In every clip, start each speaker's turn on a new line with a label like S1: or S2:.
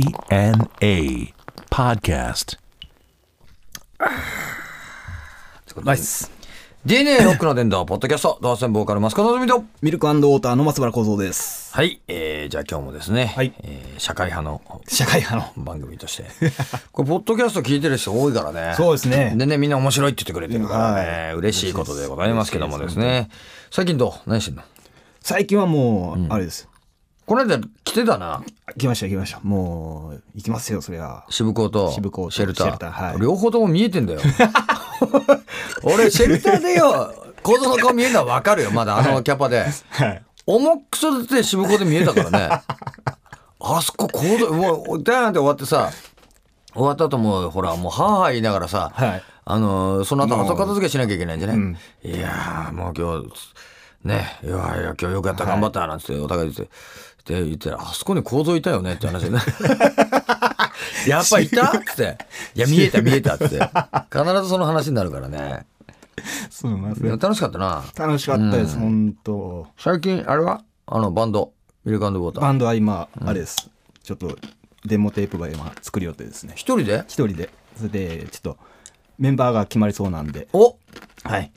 S1: DNA Podcast.
S2: ナイス。DNA ロックの伝道、ポッドキャスト、ドアセンボーカル、マスカのぞみと。
S3: ミルクウォーターの松原幸三です。
S2: はい、えー、じゃあ今日もですね、
S3: はい
S2: えー社会派の
S3: 社会派
S2: 番組と して。これ、ポッドキャスト聞いてる人多いからね。
S3: そうですね
S2: でね、みんな面白いって言ってくれてるからね、嬉しいことでございますけどもですね。最近どう何してんの
S3: 最近はもう、あれです。
S2: この間来てたな、
S3: 来ました来ました。もう、行きますよ、そりゃ。
S2: 渋子と
S3: 渋子と
S2: シェルター。
S3: シェルターはい
S2: 両方とも見えてんだよ。 俺、シェルターで よ、構造の顔見えるのはわかるよ、まだあのキャパで。
S3: はい。
S2: 重くそだって渋子で見えたから ね。あそこ、こう、もう、ダーンって終わってさ、終わった後も、ほら、もう、はあはあ言いながらさ、
S3: はい
S2: あのー、その後、後片付けしなきゃいけないんじゃない、いやー、もう今日、ね、いやいや、今日よくやった、頑張った、なんつって、お互い言って、で、言ったら、あそこに構造いたよねって 話でね。やっぱいたっつって。いや、見えた、見えたっつって。必ずその話になるからね。
S3: すみませ
S2: いや
S3: ん。
S2: 楽しかったな。
S3: 楽しかったです、本当
S2: 最近、あれはあの、バンド、ミルクウォーター。
S3: バンドは今、あれです。ちょっと、デモテープが今、作る予定ですね。
S2: 一人で
S3: 一人で。それで、ちょっと、メンバーが決まりそうなんで、
S2: お
S3: はい。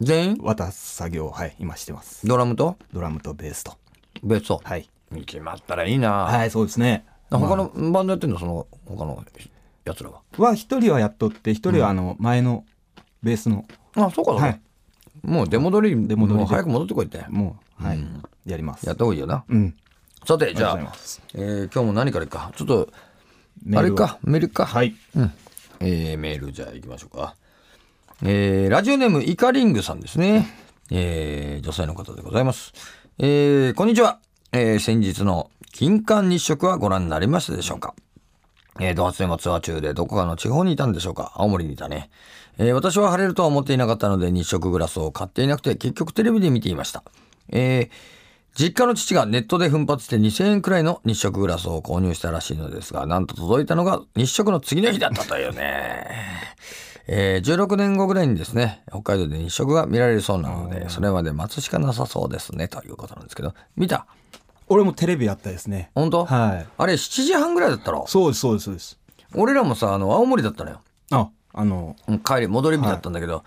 S2: 全員
S3: 渡す作業を、はい、今してます。
S2: ドラムと
S3: ドラムとベースと。
S2: ベースと。
S3: はい。
S2: 決まったらいいな、
S3: はい、そうですね。
S2: 他のバンドやってんのその、他のやつらは。
S3: は、一人はやっとって、一人は、あの、前の、ベースの、
S2: あ、そうかそうか。
S3: はい
S2: もう出戻り、
S3: 出戻り
S2: も
S3: で
S2: う早く戻ってこいって。
S3: もう、はい、やります
S2: やっ。た方がいいよな。
S3: うん。
S2: さて、じゃ
S3: あ
S2: あ
S3: りがとうございます
S2: えー今日も何からいくか。ちょっと、
S3: メ
S2: あ
S3: ー
S2: れ
S3: ルを
S2: か、メールか。
S3: はい。
S2: うん。えーメールじゃあ行きましょうか。えーラジオネームイカリングさんですね。えー女性の方でございます。えーこんにちは。えー先日の金環日食はご覧になりましたでしょうかえー、ドハツでもツアー中でどこかの地方にいたんでしょうか青森にいたね。えー私は晴れるとは思っていなかったので日食グラスを買っていなくて結局テレビで見ていました。えー実家の父がネットで奮発して2000円くらいの日食グラスを購入したらしいのですが、なんと届いたのが日食の次の日だったというね。えー16年後ぐらいにですね、北海道で日食が見られるそうなので、それまで待つしかなさそうですね、ということなんですけど。見た
S3: 俺もテレビやったですね。
S2: 本当
S3: はい
S2: あれ7時半ぐらいだったろ
S3: そうです、そうです、そうです。
S2: 俺らもさ、あの、青森だったのよ。
S3: あ、あの、
S2: うん帰り戻り日だったんだけど、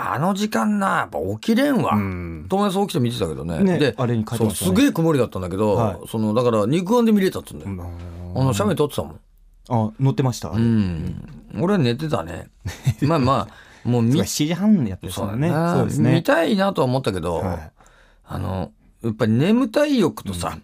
S2: あの時間なやっぱ起きれんわ
S3: うん
S2: 友達と起きて見てたけどね
S3: ね
S2: で
S3: あれに書いてましたね
S2: そうすげえ曇りだったんだけど、
S3: は
S2: そのだから肉眼で見れたっつうんだよ、あ
S3: あ、
S2: の写メ撮ってたもん
S3: 乗ってました。
S2: うん、俺は寝てた ねまあまあもう見
S3: 7時半やってた
S2: そうだ
S3: の
S2: ね
S3: ね。そうです
S2: 見
S3: ね。
S2: たいなとは思ったけど、
S3: はい
S2: あのやっぱり眠たい欲とさ、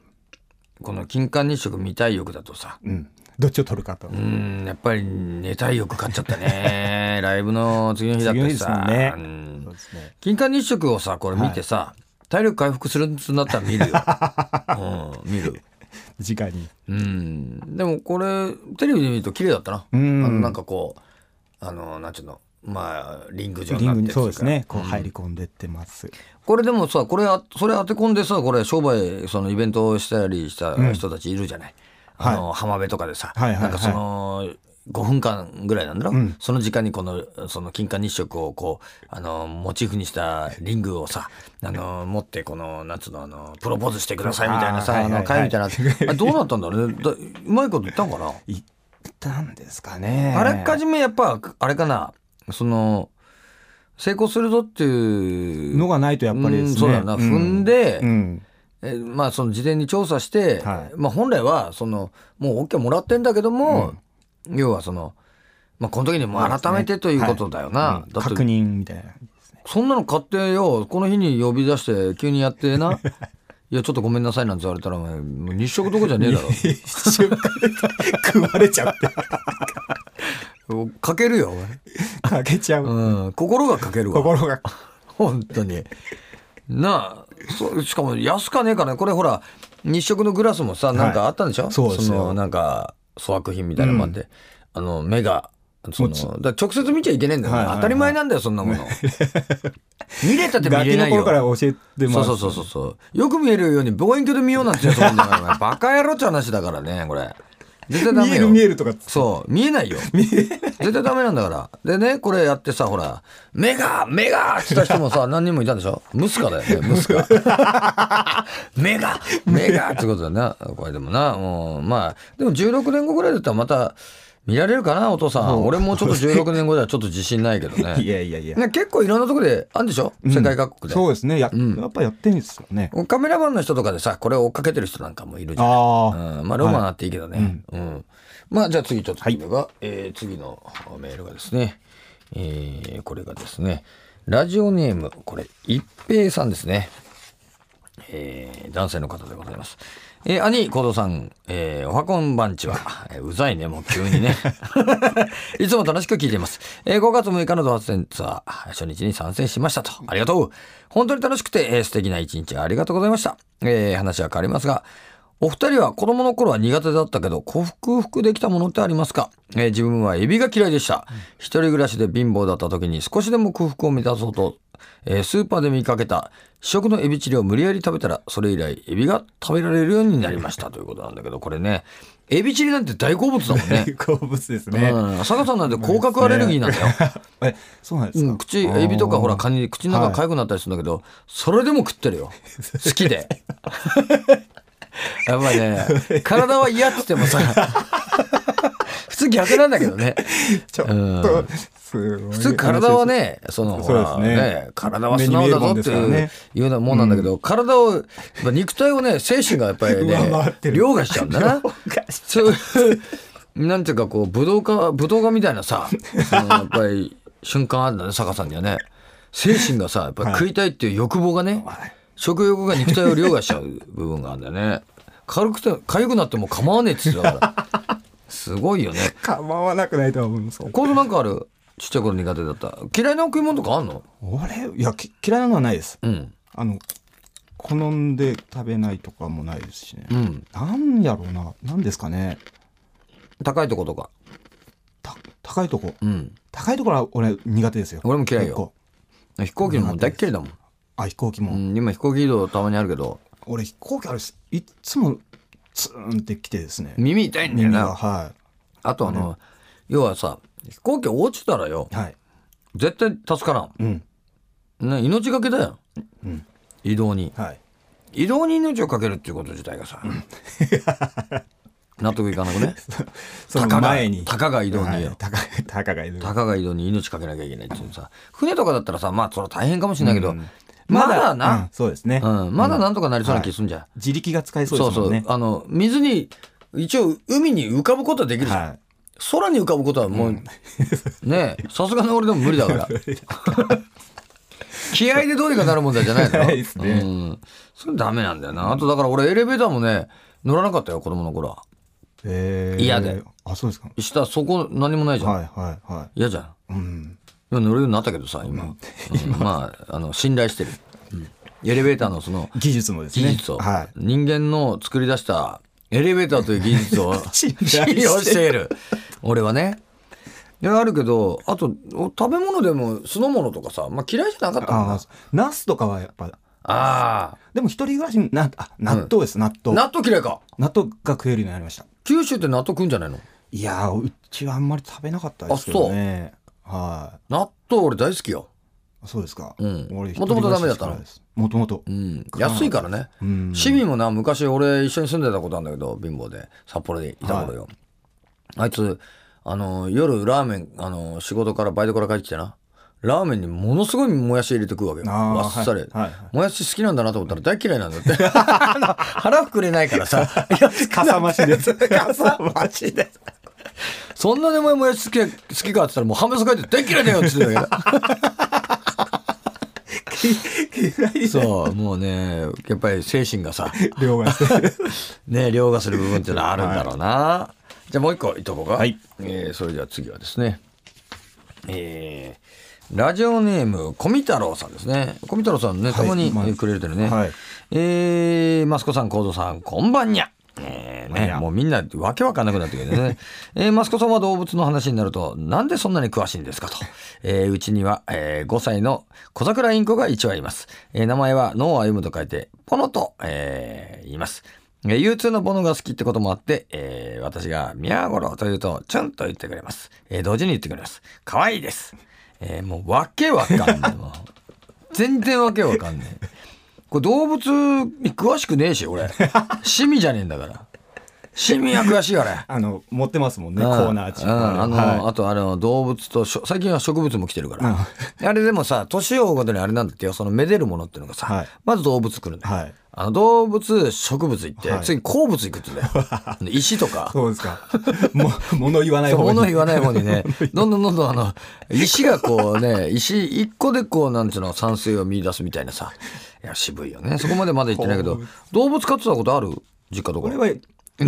S2: この金環日食見たい欲だとさ
S3: うん。どっちを取るかと
S2: う。んやっぱり寝たい欲買っちゃった ねライブの次の日だっ
S3: 次の
S2: た
S3: 日
S2: し
S3: です
S2: さ
S3: もんね
S2: うん
S3: そうですね。
S2: 金環日食をさこれ見てさ、体力回復するんだったら見るよ、 うん、見る
S3: 次回に。
S2: うんでもこれテレビで見ると綺麗だったな
S3: うん
S2: あのなんかこうあのなんちゅうのまあリング状に
S3: リ
S2: なっ
S3: ン
S2: て
S3: グ
S2: る
S3: に、そうです
S2: っ
S3: ね。
S2: てい
S3: こ
S2: う
S3: う
S2: か
S3: 入り込んでってます。
S2: これでもさこれあそれ当て込んでさこれ商売そのイベントをしたりした人たちいるじゃない、あの浜辺とかでさ、
S3: はいはいはい
S2: なんかその5分間ぐらいなんだろ、
S3: ん
S2: その時間にこのその金環日食をこうあのモチーフにしたリングをさあの持ってこのなんつうのあのプロポーズしてくださいみたいなさ
S3: あー
S2: あ
S3: はいはいはい
S2: の会みたいな あどうなったんだろうねだうまいこと言ったんかな、
S3: 行ったんですかね。
S2: あらかじめやっぱあれかなその成功するぞっていう
S3: のがないとやっぱりです
S2: うん
S3: ね。
S2: そうだな、
S3: う
S2: 踏んで、
S3: うん。
S2: えーまあその事前に調査して、
S3: はい
S2: まあ本来はそのもう OK もらってんだけども、要はその、まあ、この時にもう改めてということだよな、
S3: うん
S2: だって
S3: 確認みたいな。
S2: そんなの買ってよこの日に呼び出して急にやって ないやちょっとごめんなさいなんて言われたらお前もう日食どこじゃねえだろ
S3: 食われちゃって。
S2: かけるよ、
S3: かけちゃう。
S2: うん、心がかけるわ
S3: 心が。
S2: 本当に。なあそうしかも安かねえかねこれほら日食のグラスもさなんかあったんでしょ、
S3: そうですよ
S2: のなんか粗悪品みたいなのもあって、あの目がその
S3: もち
S2: だから直接見ちゃいけねえんだよ、ね
S3: はいはいは
S2: 当
S3: い
S2: たり前なんだよそんなも の見れたって見
S3: ガキ
S2: れな
S3: の
S2: いよ
S3: 頃から教えても
S2: そ
S3: ら
S2: うそうそうそう そうよく見えるように望遠鏡で見ようなんてやつもんだからお前バカ野郎って話だからねこれ絶対ダ
S3: 見
S2: メ
S3: え
S2: よ
S3: る見えるとか、
S2: そう見えない よ絶対ダメなんだからでねこれやってさほら「目が目が!」って言った人も さ何人もいたんでしょムスカだよねムスカ 目が目がってことだなこれでもなもうまあでも16年後ぐらいだったらまた見られるかなお父さん俺もちょっと16年後ではちょっと自信ないけど
S3: い
S2: ね
S3: やいやいや。
S2: ね結構いろんなとこであるんでしょ世界各国で、
S3: そうですね。や,、
S2: ん
S3: やっぱやってんですよね。
S2: カメラマンの人とかでさこれを追っかけてる人なんかもいるじゃん
S3: ああ、
S2: うん、まあロマンあっていいけどね。うん。まあじゃあ次ちょっと次が、えー次のメールがですね、えーこれがですね、ラジオネーム、これ、一平さんですね。えー男性の方でございます。えー兄、小僧さん、えーおはこんばんちは。えーうざいね、もう急にね。いつも楽しく聞いています。えー5月6日のドアツンツアー、初日に参戦しましたと。ありがとう。本当に楽しくて、えー素敵な一日ありがとうございました。えー話は変わりますが、お二人は子供の頃は苦手だったけど、克服できたものってありますか、えー自分はエビが嫌いでした。一人暮らしで貧乏だった時に少しでも空腹を満たそうと、えースーパーで見かけた試食のエビチリを無理やり食べたら、それ以来エビが食べられるようになりましたということなんだけど、これね、エビチリなんて大好物だもんね。
S3: 好物です ね。
S2: うん、佐賀さんなんて甲殻アレルギーなんだよ。
S3: え、そうなん
S2: う
S3: です
S2: ん、
S3: か。
S2: 口、エビとかほら、
S3: あー
S2: カニ、口の中痒くなったりするんだけど、それでも食ってるよ。好きで。 やっぱりね、体は嫌って言ってもさ、普通逆なんだけどね。
S3: ちょっ
S2: う
S3: と、すごい。
S2: 普通体は、ね、そのほら
S3: そうですね
S2: ね、体は素直だぞって
S3: 目に見えるも
S2: い
S3: んで
S2: う
S3: すか
S2: いうようなもんなんだけど、体を、やっぱ肉体をね、精神がやっぱりね
S3: 上回っ、てる
S2: 凌駕しちゃうんだ な。そういう、なんていうかこう、武道家、武道家みたいなさ、そのやっぱり瞬間あるんだね、坂さんにはね。精神がさ、やっぱり食いたいっていう欲望がね、食欲が肉体を凌駕しちゃう部分があるんだよね。軽くて、痒くなっても構わねえって言ってたから。すごいよね。
S3: 構わなくないとは思いますけど。
S2: コードなんかあるちっちゃい頃苦手だった。嫌いな食い物とかあんの
S3: 俺、いや、き嫌いなのはないです。
S2: うん。
S3: あの、好んで食べないとかもないですしね。
S2: うん。
S3: なんやろうな。なんですかね。
S2: 高いとことか。
S3: た、高いとこ。
S2: うん。
S3: 高いところは俺苦手ですよ。
S2: 俺も嫌いよ
S3: 結構。
S2: 飛行機のもん大っ嫌いだもん。
S3: あ、飛行機も。
S2: うん、今飛行機移動たまにあるけど、
S3: 俺飛行機あれですいっつもツーンってきてですね
S2: 耳痛いんだよ
S3: 耳が
S2: な。
S3: は
S2: あとあの、要はさ、飛行機落ちたらよ
S3: い、はい
S2: 絶対助から
S3: うん
S2: ん。ね、命がけだよ。
S3: うん
S2: 移動に。
S3: はい
S2: 移動に命をかけるっていうこと自体がさ、 納得いかなくね。
S3: その前に
S2: たかが移動によ。
S3: はい高い高がいる
S2: たかが移動に命かけなきゃいけないっていうさ、船とかだったらさ、まあ、それは大変かもしれないけど、
S3: うん
S2: まだな、
S3: うんそうですね
S2: うん、まだなんとかなりそうな気
S3: はい
S2: すんじゃん。
S3: 自力が使えそう
S2: そ
S3: で
S2: う
S3: す
S2: そ
S3: も
S2: うん
S3: ね
S2: あの、水に、一応海に浮かぶことはできるじゃん。
S3: は
S2: 空に浮かぶことはもう、 ねえ、さすがの俺でも 無理だから。気合でどうにかなる問題じゃ ないの
S3: ないですね
S2: うん。それダメなんだよな。あとだから俺エレベーターもね、乗らなかったよ、子供の頃は。
S3: いへー
S2: 嫌だよ
S3: あそうですか
S2: 下、そこ何もないじゃん。
S3: はいはいは
S2: 嫌じゃん。
S3: いうん
S2: 今乗るようになったけどさ、今。うんまあ、あの、信頼してる。エレベーターのその、
S3: 技術もですね
S2: 技術を、
S3: は
S2: 人間の作り出したエレベーターという技術 を
S3: 信頼して
S2: 信用している俺はねいやあるけどあとお食べ物でも酢の物とかさ、まあ、嫌いじゃなかっ
S3: い
S2: たもんな
S3: あナスとかはやっぱ
S2: あ
S3: でも一人暮らしになあ納豆です納
S2: あ
S3: 豆
S2: 納豆嫌いか
S3: 納豆が食えるようになりました
S2: 九州って納豆食うんじゃないの
S3: いやーうちはあんまり食べなかったですけどねはい
S2: 納豆俺大好きよ、
S3: そうですか。
S2: うん
S3: 俺
S2: もともとダメだったの
S3: もともと
S2: う。ん、安いからね
S3: うん
S2: 市民もな昔俺一緒に住んでたことあるんだけど貧乏で札幌でいた頃よ、あいつあの夜ラーメンあの仕事からバイトから帰ってきてなラーメンにものすごいもやし入れて食うわけよ
S3: あー
S2: わっさり、
S3: はいはいは
S2: もやし好きなんだなと思ったら大嫌いなんだってあの腹膨れないから さ安くな
S3: かさ増しです
S2: かさ増しでそんなでももやし好き好きかって言ったらもう半分書いて大嫌いだよって言ってたけど そうもうねやっぱり精神がさ
S3: 両替 して。
S2: ね凌駕する部分っていうのはあるんだろうな、じゃあもう一個いっとこうか
S3: はい、
S2: えーそれでは次はですねえーラジオネーム小見太郎さんですね小見太郎さんね
S3: い
S2: たまに、
S3: まあ
S2: えーくれてるね、
S3: はい
S2: えーマスコさん幸三さんこんばんにゃえー
S3: こんばん
S2: ね
S3: に、ゃ
S2: もうみんなわけわかんなくなってくるね、 えーマスコさんは動物の話になるとなんでそんなに詳しいんですかと、えーうちには、えー5歳の小桜インコが1羽います、えー名前は脳を歩むと書いてポノと、えー言いますえー、U2 のボノが好きってこともあって、えー私が宮五郎と言うと、チュンと言ってくれます。えー同時に言ってくれます。可愛いです。えーもうわけわかんない。もう全然わけわかんない。これ動物に詳しくねえし、 俺。趣味じゃねえんだから。趣味は詳しいよ、俺。
S3: あの、持ってますもんね、コ
S2: うん
S3: ーナー中
S2: うんあの、
S3: はい
S2: あとあの動物としょ最近は植物も来てるから、あれでもさ年を追うごとにあれなんだってよそのめでるものっていうのがさ、
S3: はい
S2: まず動物来るんだよ、
S3: はい。
S2: あの動物植物行って、
S3: はい
S2: 次鉱物行くって言 うんだよ石とか
S3: そうですか。 も、物言わ ない方
S2: 物
S3: がいい。
S2: 言わない方にねどんどんどんどんあの石がこうね石一個でこうなんつうの酸性を見出すみたいなさいや渋いよねそこまでまだ行ってないけど動物飼ってたことある実家とか
S3: これは、
S2: い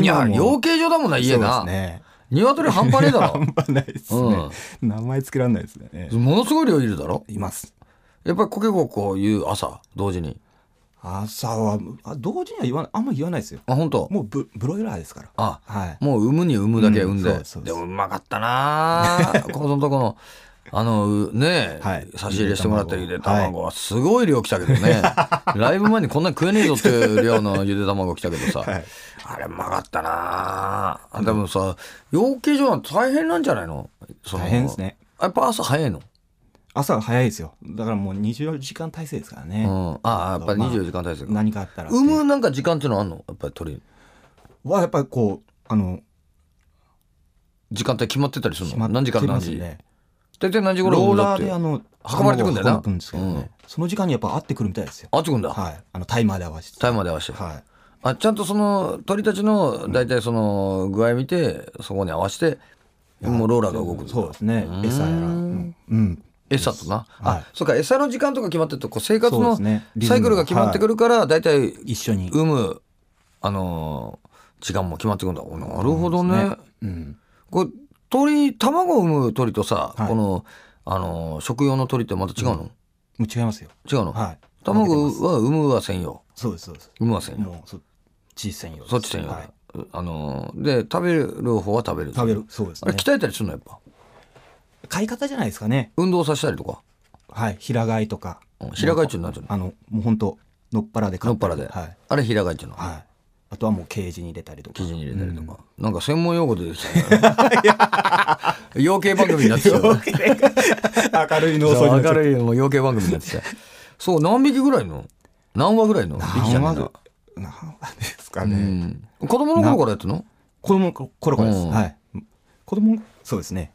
S2: や養
S3: よ
S2: 鶏場だもんな家な、
S3: そうですね。
S2: 鶏半端ねえだ ろ
S3: 半端ないですね。名前つけられないですね。ええ
S2: ものすごい量いるだろ
S3: います。
S2: やっぱりコケコこういう朝同時に
S3: 朝は、あ同時には言わない、あんま言わないですよ。
S2: あ本当
S3: もうブブロイラーですから。
S2: あ
S3: はい。
S2: もう産むに産むだけ産んで、
S3: うんそうですそう
S2: で
S3: です
S2: もうまかったな あここのとこのあのねえ、
S3: はい
S2: 差し入れしてもらったゆで卵
S3: は
S2: はすごい量来たけど ね、ライブ前にこんなに食えねえぞっていう量のゆで卵来たけどさ、
S3: はい
S2: あれうまかったなああ多分さ養鶏場なんて大変なんじゃないのその
S3: 大変ですね。
S2: やっぱ朝早いの、
S3: 朝が早いですよ。だからもう24時間体制ですから
S2: う
S3: ね。
S2: ん、ああやっぱり24時間体制か、
S3: 何かあったらっていう。
S2: 産むなんか時間っていうのあんのやっぱり鳥
S3: はやっぱりこう、あの、
S2: 時間帯決まってたりする
S3: 決
S2: の
S3: まっ
S2: 何時から何
S3: て
S2: 時、
S3: ますね
S2: 大体何時頃
S3: ローラ
S2: って
S3: ーであの、
S2: 運ばれてくんだよな
S3: 卵を運ぶんですけどねその時間にやっぱ合ってくるみたいですよ。
S2: あっちくんだ、
S3: はい。あの、タイマーで合わせて。
S2: タイマーで合わせて、
S3: はい。
S2: あちゃんとその鳥たちの大体その具合見てそこに合わせてもうローラーが動くんだ
S3: そうですね
S2: ーん
S3: 餌やらうんうん
S2: 餌とな、
S3: はい
S2: あそうか餌の時間とか決まってるとこう生活
S3: そうで
S2: の
S3: すねリズ
S2: サ
S3: ムが
S2: イクルが決まってくるから大体
S3: 一緒に
S2: 産むあのー時間も決まってくるんだおなるほどね
S3: うん
S2: これ鳥卵を産む鳥とさ、
S3: はい
S2: このあのー食用の鳥ってまた違うの、
S3: もう違いますよ
S2: 違うの、
S3: はい
S2: 卵
S3: 分けてます
S2: は産むは専用
S3: そうですそうです
S2: 産むは専用
S3: もうそっち専用です
S2: そっち専用、
S3: はい
S2: あのーで食べる方は食べる
S3: 食べるそうです
S2: あれ
S3: ね
S2: 鍛えたりするのやっぱ
S3: 買い方じゃないですかね
S2: 運動させたりとか
S3: はい平飼いとか
S2: うん平飼い中になっちゃうの
S3: あのもう本当のっぱらで買
S2: の
S3: っ
S2: っぱらで、
S3: はい
S2: あれ平飼い中の、
S3: はいあとはもうケージに入れたりとか
S2: 生地に入れたりとか、なんか専門用語出てきたね養鶏番組になってきたよ
S3: 明るい農
S2: そう明
S3: 村になっちゃう
S2: るいもう養鶏番組になってきたそう何匹ぐらいの何羽ぐらいの力じゃ
S3: 何
S2: な
S3: 羽
S2: い
S3: ぐ
S2: な
S3: 何羽ですか
S2: う
S3: ね
S2: ん子供の頃からやってんの
S3: 子供の頃からで
S2: う
S3: す
S2: ん
S3: はい子供そうですね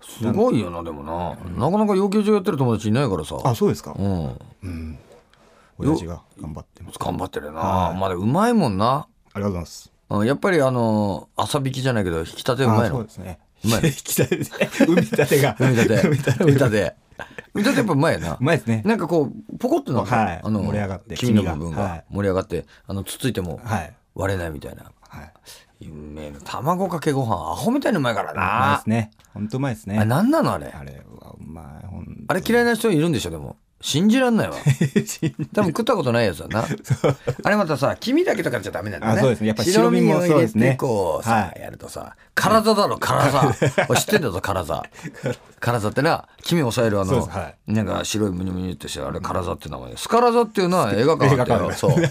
S2: すごいよなでもな、なかなか養鶏場やってる友達いないからさ
S3: あそうですか
S2: うん
S3: うん親父が頑張ってます
S2: 頑張ってるな、
S3: はい
S2: まだうまいもんな
S3: ありがとうございます
S2: うんやっぱりあの朝引きじゃないけど引き立てう
S3: あ
S2: まい
S3: そう
S2: の
S3: ですね。
S2: う まいの
S3: 引き立てて、海立てが。
S2: 海立 て
S3: 海立て。
S2: 海立て海立てやっぱうまいよな
S3: うまいですね。
S2: なんかこうポコッとなんか、
S3: はい
S2: あの
S3: 盛り上がって
S2: 黄身の部分
S3: 黄身がは
S2: が
S3: い
S2: 盛り上がって、あのつっついても
S3: はい。
S2: 割れないみたいな、
S3: はい。
S2: うめえな卵かけご飯アホみたいにうまいから
S3: うまい
S2: な
S3: ですね。ほんとうまいですね。
S2: あ何なのあれ
S3: あれはうまい。ほん
S2: あれ嫌いな人いるんでしょでも信じらんないわ多分食ったことないやつだなあれまたさ黄身だけとかじゃダメなんだね
S3: あそうですねやっぱ白身も
S2: 白
S3: そう
S2: を
S3: で
S2: 入
S3: す
S2: れて
S3: ね
S2: こうさ、
S3: はい
S2: やるとさ辛さだろ辛さ 俺知ってんだぞ辛さ辛さってな黄身を抑えるあ
S3: そう
S2: の、
S3: ですは
S2: なんか白いムニュムニュってしてあれ辛さって名前でスカラザっていうのは映画館だったよ そうあれ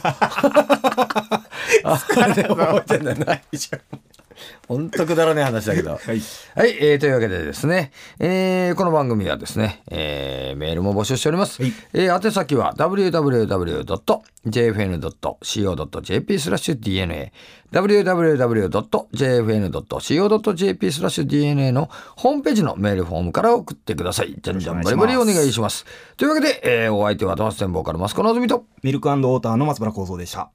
S2: 覚えてんだよな 本当くだらねえ話だけど。はい。えーというわけでですね、えーこの番組はですね、えーメールも募集しております。えー宛先は www.jfn.co.jp スラッシュ DNA、www.jfn.co.jp スラッシュ DNA のホームページのメールフォームから送ってください。じゃんじゃんバリバリお願いします。というわけで、えーお相手はトマス展望からマスコのぞみと、
S3: ミルクウォーターの松原幸三でした。